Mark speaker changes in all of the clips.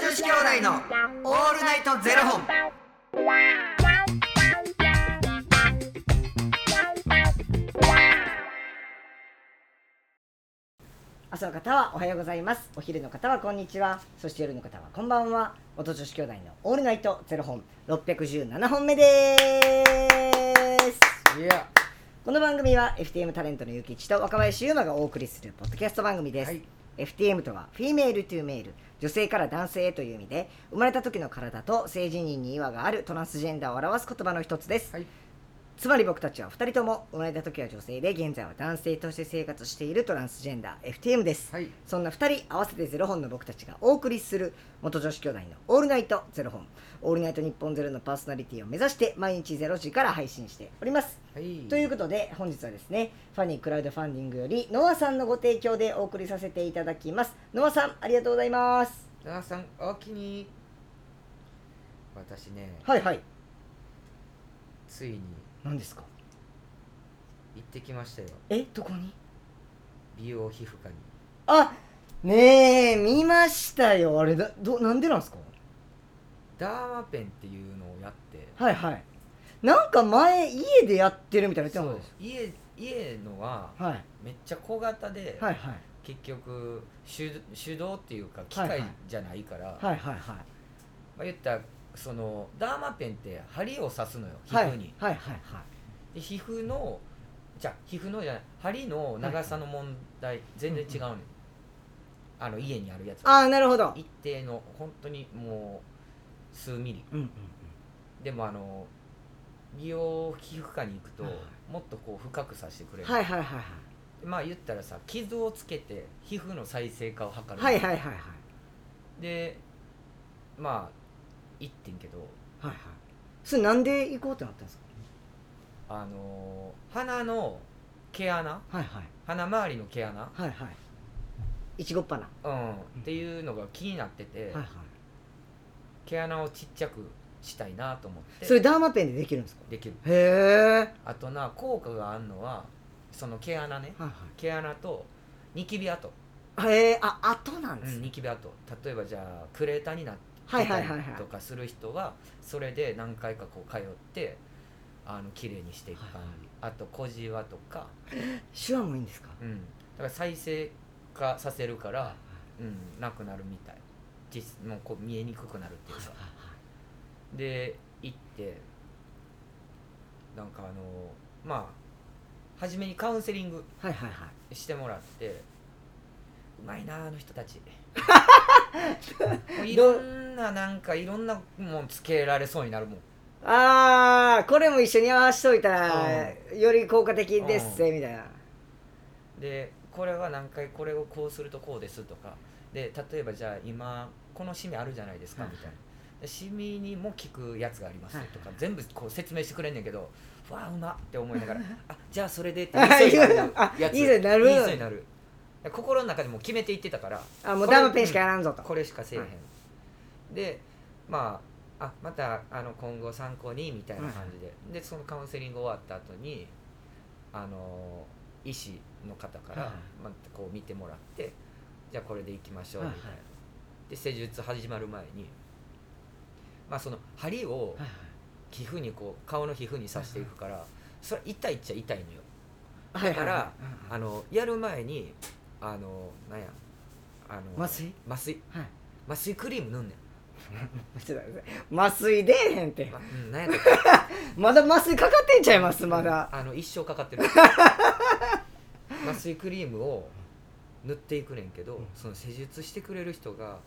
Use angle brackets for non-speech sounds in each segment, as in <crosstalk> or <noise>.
Speaker 1: 子兄弟のオールナイトゼロ本。
Speaker 2: 朝の方はおはようございますお昼の方はこんにちはそして夜の方はこんばんは元女子兄弟のオールナイトゼロ本617本目ですいやこの番組は FTM タレントのゆきちと若林優馬がお送りするポッドキャスト番組です、
Speaker 1: はい
Speaker 2: FTM とはフィメールトゥーメール女性から男性へという意味で生まれた時の体と性自認に違和があるトランスジェンダーを表す言葉の一つです、
Speaker 1: はい
Speaker 2: つまり僕たちは2人とも生まれた時は女性で現在は男性として生活しているトランスジェンダー FTM です、
Speaker 1: はい
Speaker 2: そんな2人合わせてゼロ本の僕たちがお送りする元女子兄弟の「オールナイトゼロ本」「オールナイト日本ゼロのパーソナリティを目指して毎日ゼロ時から配信しております
Speaker 1: はい
Speaker 2: ということで本日はですねファニークラウドファンディングよりノアさんのご提供でお送りさせていただきますノアさんありがとうございます
Speaker 1: 七さん、おおきに。私ね、
Speaker 2: はいはい
Speaker 1: ついに
Speaker 2: 何ですか
Speaker 1: 行ってきましたよ。
Speaker 2: えどこに
Speaker 1: 美容皮膚科に。
Speaker 2: あねえ見ましたよあれだどなんでなんですか
Speaker 1: ダーマペンっていうのをやって。
Speaker 2: はいはいなんか前家でやってるみたいな言ってな
Speaker 1: そう
Speaker 2: かった
Speaker 1: 家、家のは。
Speaker 2: はい
Speaker 1: めっちゃ小型で、
Speaker 2: はいはい
Speaker 1: 結局手手動っていうか機械じゃないから、
Speaker 2: はいはいはい
Speaker 1: まあ、言ったらそのダーマペンって針を刺すのよ皮
Speaker 2: はいは
Speaker 1: 膚
Speaker 2: い
Speaker 1: に、
Speaker 2: はいはい
Speaker 1: で皮膚のじゃあ皮膚のじゃない針の長さの問題、全然違うの、よあの家にあるやつ
Speaker 2: ああなるほど
Speaker 1: 一定の本当にもう数ミリ
Speaker 2: うんうん
Speaker 1: でもあの美容皮膚科に行くと、
Speaker 2: はいは
Speaker 1: もっとこう深く刺してくれ
Speaker 2: うん
Speaker 1: る、
Speaker 2: はいはいはい
Speaker 1: まあ言ったらさ傷をつけて皮膚の再生化を図る、
Speaker 2: はいはいはいはいはい
Speaker 1: でまあ行ってんけど
Speaker 2: はいはいそれなんで行こうってなったんですか
Speaker 1: あのー鼻の毛穴
Speaker 2: はいはい
Speaker 1: 鼻周りの毛穴、
Speaker 2: はいはいいちごっぱなは
Speaker 1: うん、っていうのが気になってて、
Speaker 2: いはい
Speaker 1: 毛穴をちっちゃくしたいなと思って
Speaker 2: それダーマペンでできるんですか
Speaker 1: できる
Speaker 2: へえ
Speaker 1: あとな効果があるのはその毛穴ね
Speaker 2: はい
Speaker 1: 毛穴とニキビ跡、
Speaker 2: はいへえあ後なん
Speaker 1: う
Speaker 2: です
Speaker 1: ん、
Speaker 2: ね
Speaker 1: ニキビ跡例えばじゃあクレーターになって
Speaker 2: はいはいはいはい
Speaker 1: とかする人はそれで何回かこう通ってあの綺麗にしていく感じ、
Speaker 2: はいはい
Speaker 1: あと小じわとか
Speaker 2: 手話もいいんですか
Speaker 1: うん、だから再生化させるから、うん、なくなるみたい実もうこう見えにくくなるっていうかで行ってなんかあのまあ初めにカウンセリング
Speaker 2: はいはいはい
Speaker 1: してもらってうまいなあの人た <laughs> ちもういろんななんかいろんなもんつけられそうになるもん
Speaker 2: ああこれも一緒に合わせといたら、より効果的ですぜ、みたいな
Speaker 1: でこれは何回これをこうするとこうですとかで例えばじゃあ今このシミあるじゃないですか
Speaker 2: はい
Speaker 1: みたいなでシミにも効くやつがあります
Speaker 2: はい
Speaker 1: とか全部こう説明してくれんねんけどうわあうまっって思いな <laughs> がらあじゃあそれでって
Speaker 2: あ
Speaker 1: 言いそうになる
Speaker 2: あ
Speaker 1: やつ
Speaker 2: いいそうになる
Speaker 1: いいそうになるで心の中でもう決めていってたから
Speaker 2: あもう
Speaker 1: これ
Speaker 2: ダムペンしかやらんぞと
Speaker 1: これしかせえへん、
Speaker 2: は
Speaker 1: でまああまたあの今後参考にみたいな感じで、でそのカウンセリング終わった後にあの医師の方から、
Speaker 2: はい
Speaker 1: まあ、こう見てもらってじゃあこれでいきましょうみ
Speaker 2: はい
Speaker 1: たいな、で施術始まる前にまあその針を皮膚にこう顔の皮膚に刺していくから、それ痛いっちゃ痛いのよ
Speaker 2: はい
Speaker 1: だから、
Speaker 2: はい
Speaker 1: あのやる前にあのなんやあの
Speaker 2: 麻酔
Speaker 1: 麻酔
Speaker 2: はい
Speaker 1: 麻酔クリーム塗んねん
Speaker 2: ちょっと待って麻酔出えへんって
Speaker 1: まうん、なんやったっ
Speaker 2: まだ麻酔かかってん
Speaker 1: <laughs>
Speaker 2: ちゃいます
Speaker 1: け
Speaker 2: まだ
Speaker 1: あの一生かかって <laughs> る麻酔クリームを塗っていくねんけど、
Speaker 2: うん
Speaker 1: その施術してくれる人が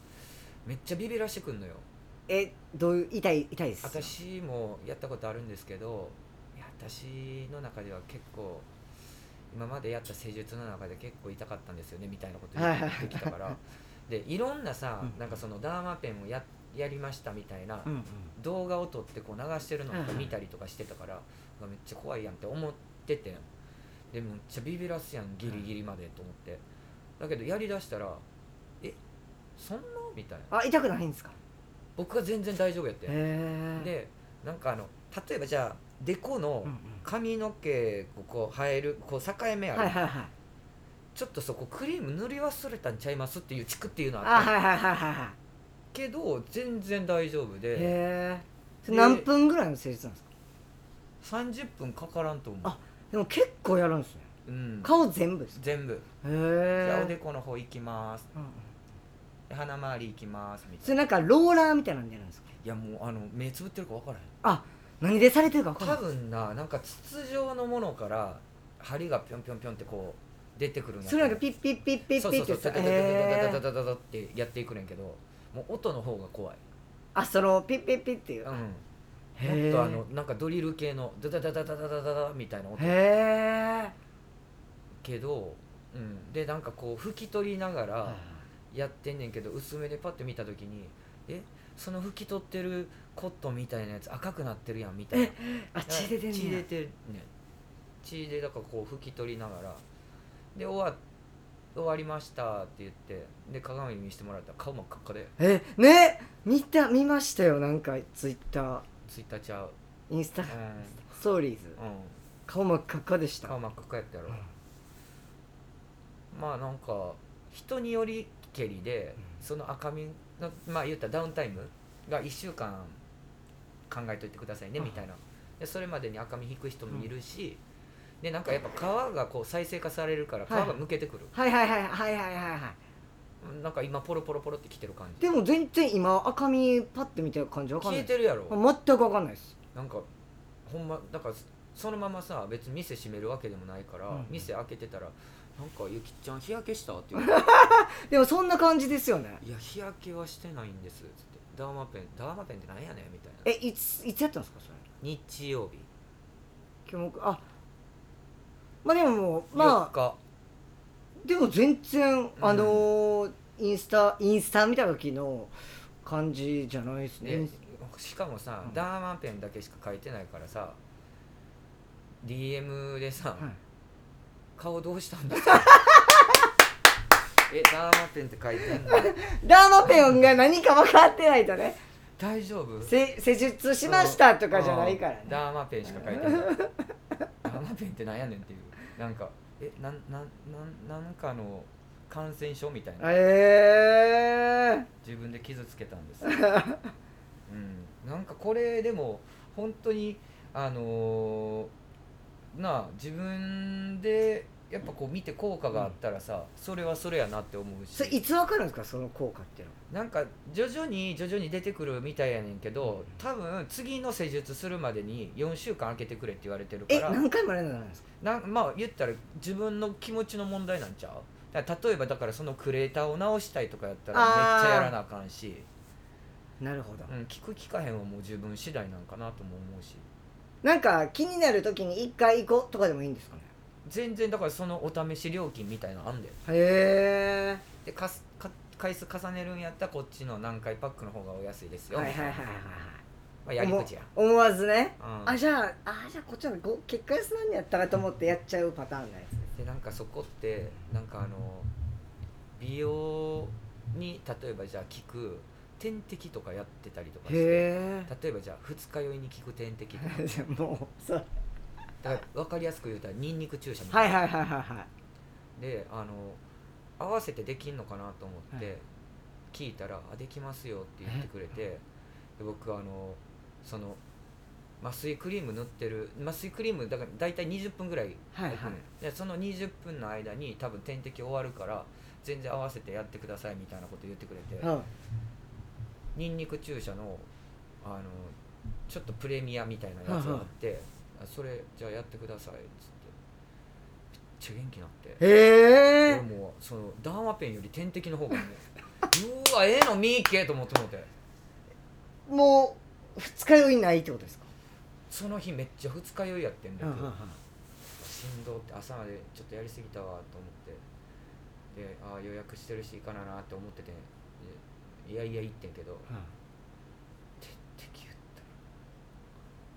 Speaker 1: めっちゃビビらしてくんのよ
Speaker 2: えどういう痛い痛いです
Speaker 1: 私もやったことあるんですけどいや私の中では結構今までやった施術の中で結構痛かったんですよねみたいなこと言ってきたからでいろんなさ、
Speaker 2: うん
Speaker 1: なんかそのダーマペンをややりましたみたいな、
Speaker 2: うんうん
Speaker 1: 動画を撮ってこう流してるの
Speaker 2: はい
Speaker 1: と
Speaker 2: は
Speaker 1: か
Speaker 2: い
Speaker 1: 見たりとかしてたから、うわめっちゃ怖いやんって思っててんでめっちゃビビらすやんギリギリまでと思ってだけどやりだしたら「えそんな?」みたいな
Speaker 2: あ痛くないんですか
Speaker 1: 僕は全然大丈夫やってん
Speaker 2: へえ
Speaker 1: でなんかあの例えばじゃあデコの
Speaker 2: うん
Speaker 1: 髪の毛ここう生えるこう境目
Speaker 2: うん、
Speaker 1: ある、
Speaker 2: はいはいはい
Speaker 1: ちょっとそこクリーム塗り忘れたんちゃいますっていうチクっていうのあ
Speaker 2: あ
Speaker 1: って
Speaker 2: はいはいはいはいはい
Speaker 1: けど全然大丈夫で
Speaker 2: へえそれ
Speaker 1: で
Speaker 2: 何分ぐらいの施術なんですか
Speaker 1: 30分かからんと思う
Speaker 2: あでも結構やるんですね
Speaker 1: うん、
Speaker 2: 顔全部ですか
Speaker 1: 全部
Speaker 2: へ
Speaker 1: じゃあお
Speaker 2: え
Speaker 1: でこの方行きます鼻周り行きますみたい
Speaker 2: それなんかローラーみたいなんでやるんですか
Speaker 1: ないやもうあの目つぶってるか分からへん
Speaker 2: あ何でされてるか分かんな
Speaker 1: 多
Speaker 2: い
Speaker 1: 分ななんか筒状のものから針がぴょんぴょんぴょんってこう出てくるんや
Speaker 2: それなんかピッピッピッピッ
Speaker 1: そう
Speaker 2: ピ
Speaker 1: そ
Speaker 2: ッ
Speaker 1: う
Speaker 2: って
Speaker 1: そ
Speaker 2: や
Speaker 1: う
Speaker 2: つへ
Speaker 1: ダダダダダダダ
Speaker 2: ー
Speaker 1: ダダダってやっていくねんけどもう音の方が怖い
Speaker 2: あそのピッピッピッっていう
Speaker 1: うんも
Speaker 2: へ
Speaker 1: っ
Speaker 2: ー
Speaker 1: とあのなんかドリル系のダダダダダダダダダみたいな音
Speaker 2: へえ
Speaker 1: けどうんでなんかこう拭き取りながらやってんねんけど薄めでパッて見た時にえその拭き取ってるコットンみたいなやつ赤くなってるやんみたいな
Speaker 2: あ血出てん
Speaker 1: 血
Speaker 2: ね
Speaker 1: 出
Speaker 2: や
Speaker 1: てるね血でだからこう拭き取りながらで終わ終わりましたって言ってで鏡に見せてもらったら顔真っ赤っかで
Speaker 2: えね見た見ましたよなんかツイッター
Speaker 1: ツイッターちゃう
Speaker 2: インスタ
Speaker 1: う
Speaker 2: ストーリーズ
Speaker 1: ん、うん、
Speaker 2: 顔真っ赤っかでした
Speaker 1: 顔真っ赤っかやったやろまあなんか人によりけりで
Speaker 2: うん
Speaker 1: その赤みのまあ言ったらダウンタイムが1週間考えといてくださいね
Speaker 2: あ
Speaker 1: みたいなでそれまでに赤み引く人もいるし、でなんかやっぱ皮がこう再生化されるから皮
Speaker 2: はい
Speaker 1: がむけてくる、
Speaker 2: はいはいはいはいはいはいはい
Speaker 1: なんか今ポロポロポロってきてる感じ
Speaker 2: でも全然今赤みパッて見てる感じわかんな
Speaker 1: 消え
Speaker 2: い
Speaker 1: てるやろ
Speaker 2: 全くわかんないです
Speaker 1: なんかほんまだからそのままさ別に店閉めるわけでもないから、
Speaker 2: うん
Speaker 1: 店開けてたら「なんかゆきちゃん日焼けした?」っ
Speaker 2: <laughs>
Speaker 1: て言うい
Speaker 2: でもそんな感じですよね
Speaker 1: や日焼けはしてないんです」っつって「ダーマペンダーマペンってなんやねん」みたいな
Speaker 2: えいついつやったんですかそれ
Speaker 1: 日曜日
Speaker 2: 今日もあまあでももう
Speaker 1: 4
Speaker 2: まあ
Speaker 1: 日、
Speaker 2: でも全然あのーインスタインスタ見た時の感じじゃないですね
Speaker 1: でしかもさ、
Speaker 2: うん
Speaker 1: ダーマペンだけしか書いてないからさ DM でさ、
Speaker 2: はい
Speaker 1: 顔どうし
Speaker 2: <laughs>
Speaker 1: たんですかえダーマペンって書いてんの
Speaker 2: ラーマペンが何か分かってないとね
Speaker 1: 大丈夫
Speaker 2: せ施術しましたとかじゃないから
Speaker 1: う
Speaker 2: ね
Speaker 1: んダーマペンしか書いてないダーマペンってなんやねんっていうなんかえなんなんなんなんかの感染症みたいな
Speaker 2: ええ
Speaker 1: 自分で傷つけたんです、うん、なんかこれでも本当にあのーなあ自分でやっぱこう見て効果があったらさ、それはそれやなって思う
Speaker 2: それい
Speaker 1: し
Speaker 2: つ分かるんですかその効果っていうのは
Speaker 1: なんか徐々に徐々に出てくるみたいやねんけ
Speaker 2: うん
Speaker 1: ど多分次の施術するまでに4週間空けてくれって言われてるか
Speaker 2: え
Speaker 1: ら
Speaker 2: 何回もやるんじゃないですか
Speaker 1: なんまあ言ったら自分の気持ちの問題なんちゃうだから例えばだからそのクレーターを直したいとかやったらめっちゃやらなあかんし、
Speaker 2: なるほど
Speaker 1: うん、聞く聞かへんはもう自分次第なんかなとも思うし
Speaker 2: なんか気になる時に一回行こうとかでもいいんですかね
Speaker 1: 全然だからそのお試し料金みたいなのあんだよ
Speaker 2: へ
Speaker 1: でかすか回数重ねるんやったらこっちの何回パックの方がお安いです
Speaker 2: え
Speaker 1: よ、
Speaker 2: はいはいはいはいはい
Speaker 1: まあ、やり口や、
Speaker 2: 思わずね
Speaker 1: うん、
Speaker 2: あじゃああじゃあこっちのご結果安なんやったらと思ってやっちゃうパターンのやつ
Speaker 1: でなんかそこってなんかあの美容に例えばじゃあ効く点滴とかやってたりとかして
Speaker 2: へ
Speaker 1: 例えばじゃあ二日酔いに効く点滴とか
Speaker 2: え <laughs> じゃあもうそう
Speaker 1: だから分かりやすく言うたらニンニク注射みた
Speaker 2: はいい
Speaker 1: な、
Speaker 2: はいはいはいはい
Speaker 1: であの合わせてできんのかなと思って、
Speaker 2: はい
Speaker 1: 聞いたら「あできますよ」って言ってくれてで僕あのその麻酔クリーム塗ってる麻酔クリームだから大体20分ぐらい
Speaker 2: はいはい
Speaker 1: 置くねんでその20分の間に多分点滴終わるから全然合わせてやってくださいみたいなこと言ってくれて、
Speaker 2: うん
Speaker 1: ニンニク注射のあのちょっとプレミアみたいなやつがあって、あそれじゃあやってくださいっつってめっちゃ元気になって
Speaker 2: へえ
Speaker 1: 俺もうそのダーマペンより点滴の方がもううわええの見ーけと思ってもうて
Speaker 2: もう二日酔いないってことですか
Speaker 1: その日めっちゃ二日酔いやってんだけど、
Speaker 2: は
Speaker 1: しんどって朝までちょっとやりすぎたわと思ってでああ予約してるし行かななって思っててでいやいや行ってんけど点滴言ったら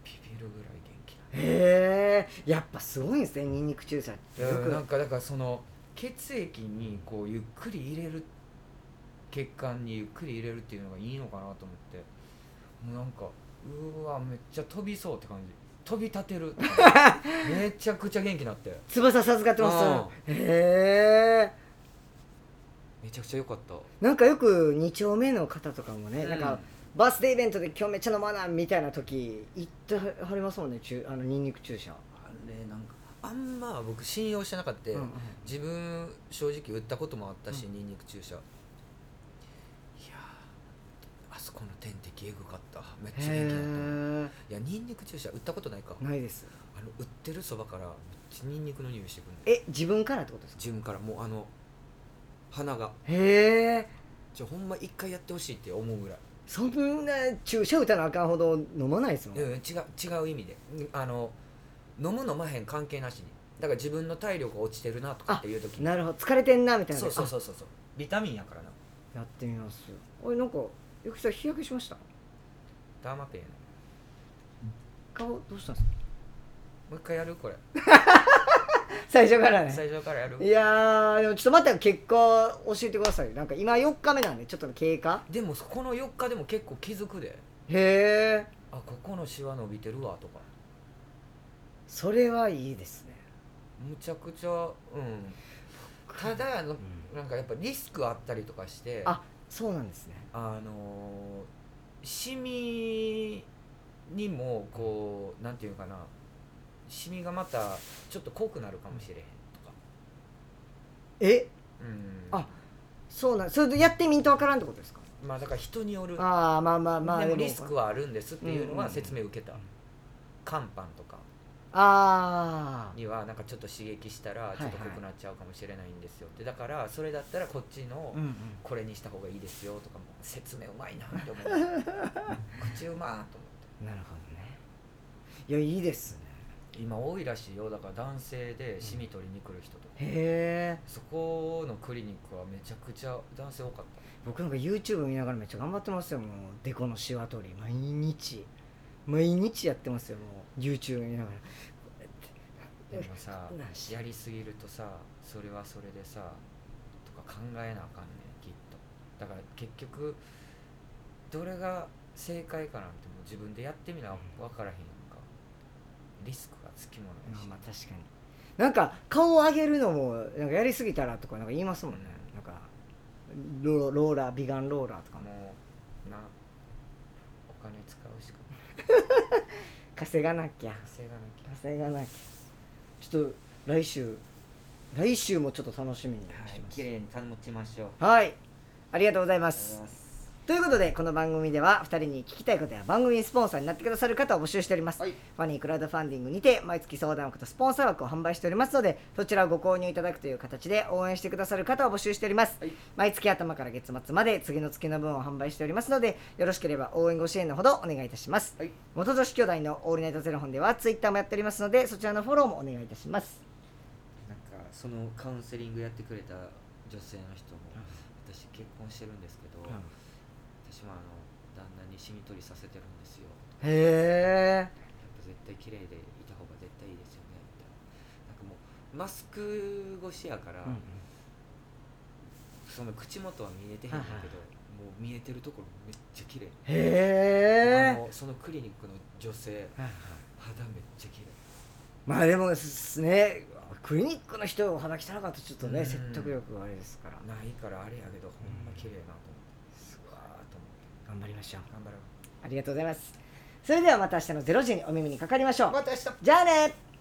Speaker 1: ビビるぐらい元気な
Speaker 2: へえやっぱすごいんですねニンニク注射ってよ
Speaker 1: うん
Speaker 2: く
Speaker 1: なんかだからその血液にこうゆっくり入れる血管にゆっくり入れるっていうのがいいのかなと思ってもうなんかうわめっちゃ飛びそうって感じ飛び立てる
Speaker 2: <laughs>
Speaker 1: めちゃくちゃ元気になって
Speaker 2: 翼授かってます
Speaker 1: あ
Speaker 2: へえ
Speaker 1: めちゃくちゃ良かった
Speaker 2: なんかよく2丁目の方とかもね、
Speaker 1: うん
Speaker 2: なんかバースデーイベントで今日めっちゃ飲まなみたいな時行ってはりますもんね注あのニンニク注射、
Speaker 1: あれなんかあんま僕信用してなかった、
Speaker 2: うんうん
Speaker 1: 自分正直売ったこともあったし、
Speaker 2: う
Speaker 1: ニンニク注射いやーあそこの点滴エグかっためっちゃ元気だった
Speaker 2: へ
Speaker 1: いやニンニク注射売ったことないか
Speaker 2: えないです
Speaker 1: あの売ってるそばからめっちゃニンニクの匂いしてくるの
Speaker 2: え自分からってことですか
Speaker 1: 自分からもうあの鼻が
Speaker 2: へえ
Speaker 1: じゃほんま一回やってほしいって思うぐらい、
Speaker 2: そんな注射打たなあかんほど飲まないですもん、
Speaker 1: うん、違う違う意味でうんあの飲む飲まへん関係なしにだから自分の体力が落ちてるなとかっていう時に
Speaker 2: なるほど疲れてんなみたいな
Speaker 1: そうそうそうそうそうビタミンやからな
Speaker 2: あやってみますよあれなんかゆきさん日焼けしました
Speaker 1: ダーマペンやな
Speaker 2: 顔どうしたんですか
Speaker 1: もう一回やるこれ
Speaker 2: 最初からね
Speaker 1: 最初からやる
Speaker 2: いやーでもちょっと待って結果教えてくださいなんか今4日目なんでちょっと経過
Speaker 1: でもこの4日でも結構気づくで
Speaker 2: へえ
Speaker 1: あここのシワ伸びてるわとか
Speaker 2: それはいいですね、
Speaker 1: むちゃくちゃうんただあのなんかやっぱリスクあったりとかして
Speaker 2: あそうなんですね
Speaker 1: あのーシミにもこうなんていうかなシミがまたちょっと濃くなるかもしれへんとか
Speaker 2: え
Speaker 1: うん
Speaker 2: あそうなんそれでやってみんとわからんってことですか
Speaker 1: まあだから人による
Speaker 2: ああまあまあまあ
Speaker 1: でもリスク
Speaker 2: は
Speaker 1: はあるんですっていうの
Speaker 2: うん
Speaker 1: は
Speaker 2: うん
Speaker 1: 説明受けた、乾パンとか
Speaker 2: ああ
Speaker 1: にはなんかちょっと刺激したら
Speaker 2: い
Speaker 1: ちょっと濃くなっちゃうかもしれないんですよって、だからそれだったらこっちの
Speaker 2: うん
Speaker 1: これにした方がいいですよとかも説明うまいなって思ううんこっちうまーと思っ
Speaker 2: うんなるほどねいやいいですね
Speaker 1: て今多いらしいよだから男性でシミ取りに来る人とか、
Speaker 2: へえ
Speaker 1: そこのクリニックはめちゃくちゃ男性多かっ
Speaker 2: 僕なんか YouTube 見ながらめっちゃ頑張ってますよもうデコのシワ取り毎日毎日やってますよもう YouTube 見ながら
Speaker 1: たでもさ
Speaker 2: なし
Speaker 1: やりすぎるとさそれはそれでさとか考えなあかんねんきっとだから結局どれが正解かなんてもう自分でやってみな分からへんやんかリスクがつきもの
Speaker 2: ま
Speaker 1: や
Speaker 2: あ
Speaker 1: し、
Speaker 2: まあ確かになんか顔を上げるのもなんかやりすぎたらとかなんか言いますもんねなんかロローラー美顔ローラーとかも
Speaker 1: もうなお金使うしか
Speaker 2: 稼がなきゃ
Speaker 1: 稼がなきゃ
Speaker 2: 稼がなきゃちょっと来週来週もちょっと楽しみにしてます
Speaker 1: 麗に保ちましょう
Speaker 2: はいありがとうございま
Speaker 1: あ
Speaker 2: す
Speaker 1: す
Speaker 2: ということでこの番組では2人に聞きたいことや番組スポンサーになってくださる方を募集しております、
Speaker 1: はい
Speaker 2: ファニークラウドファンディングにて毎月相談枠とスポンサー枠を販売しておりますのでそちらをご購入いただくという形で応援してくださる方を募集しております、
Speaker 1: はい
Speaker 2: 毎月頭から月末まで次の月の分を販売しておりますのでよろしければ応援ご支援のほどお願いいたします、
Speaker 1: はい
Speaker 2: 元女子兄弟のオールナイトゼロ本ではツイッターもやっておりますのでそちらのフォローもお願いいたします
Speaker 1: なんかそのカウンセリングやってくれた女性の人も私結婚してるんですけど、私もあの旦那にシミ取りさせてるんですよ
Speaker 2: へえ
Speaker 1: やっぱ絶対綺麗でいた方が絶対いいですよねみたいななんかもうマスク越しやから、その口元は見えてへんねんだけど、もう見えてるところめっちゃ綺麗あ
Speaker 2: へえ
Speaker 1: のそのクリニックの女性肌めっちゃ綺麗
Speaker 2: まあでもすねクリニックの人を肌汚かったちょっとね、
Speaker 1: うん
Speaker 2: 説得力があれですから
Speaker 1: ないからあれやけどほんま綺麗なと思ってすごいと思って
Speaker 2: 頑張りましょう
Speaker 1: 頑張ろう
Speaker 2: ありがとうございますそれではまた明日の0時にお耳にかかりましょう
Speaker 1: た明日
Speaker 2: じゃあね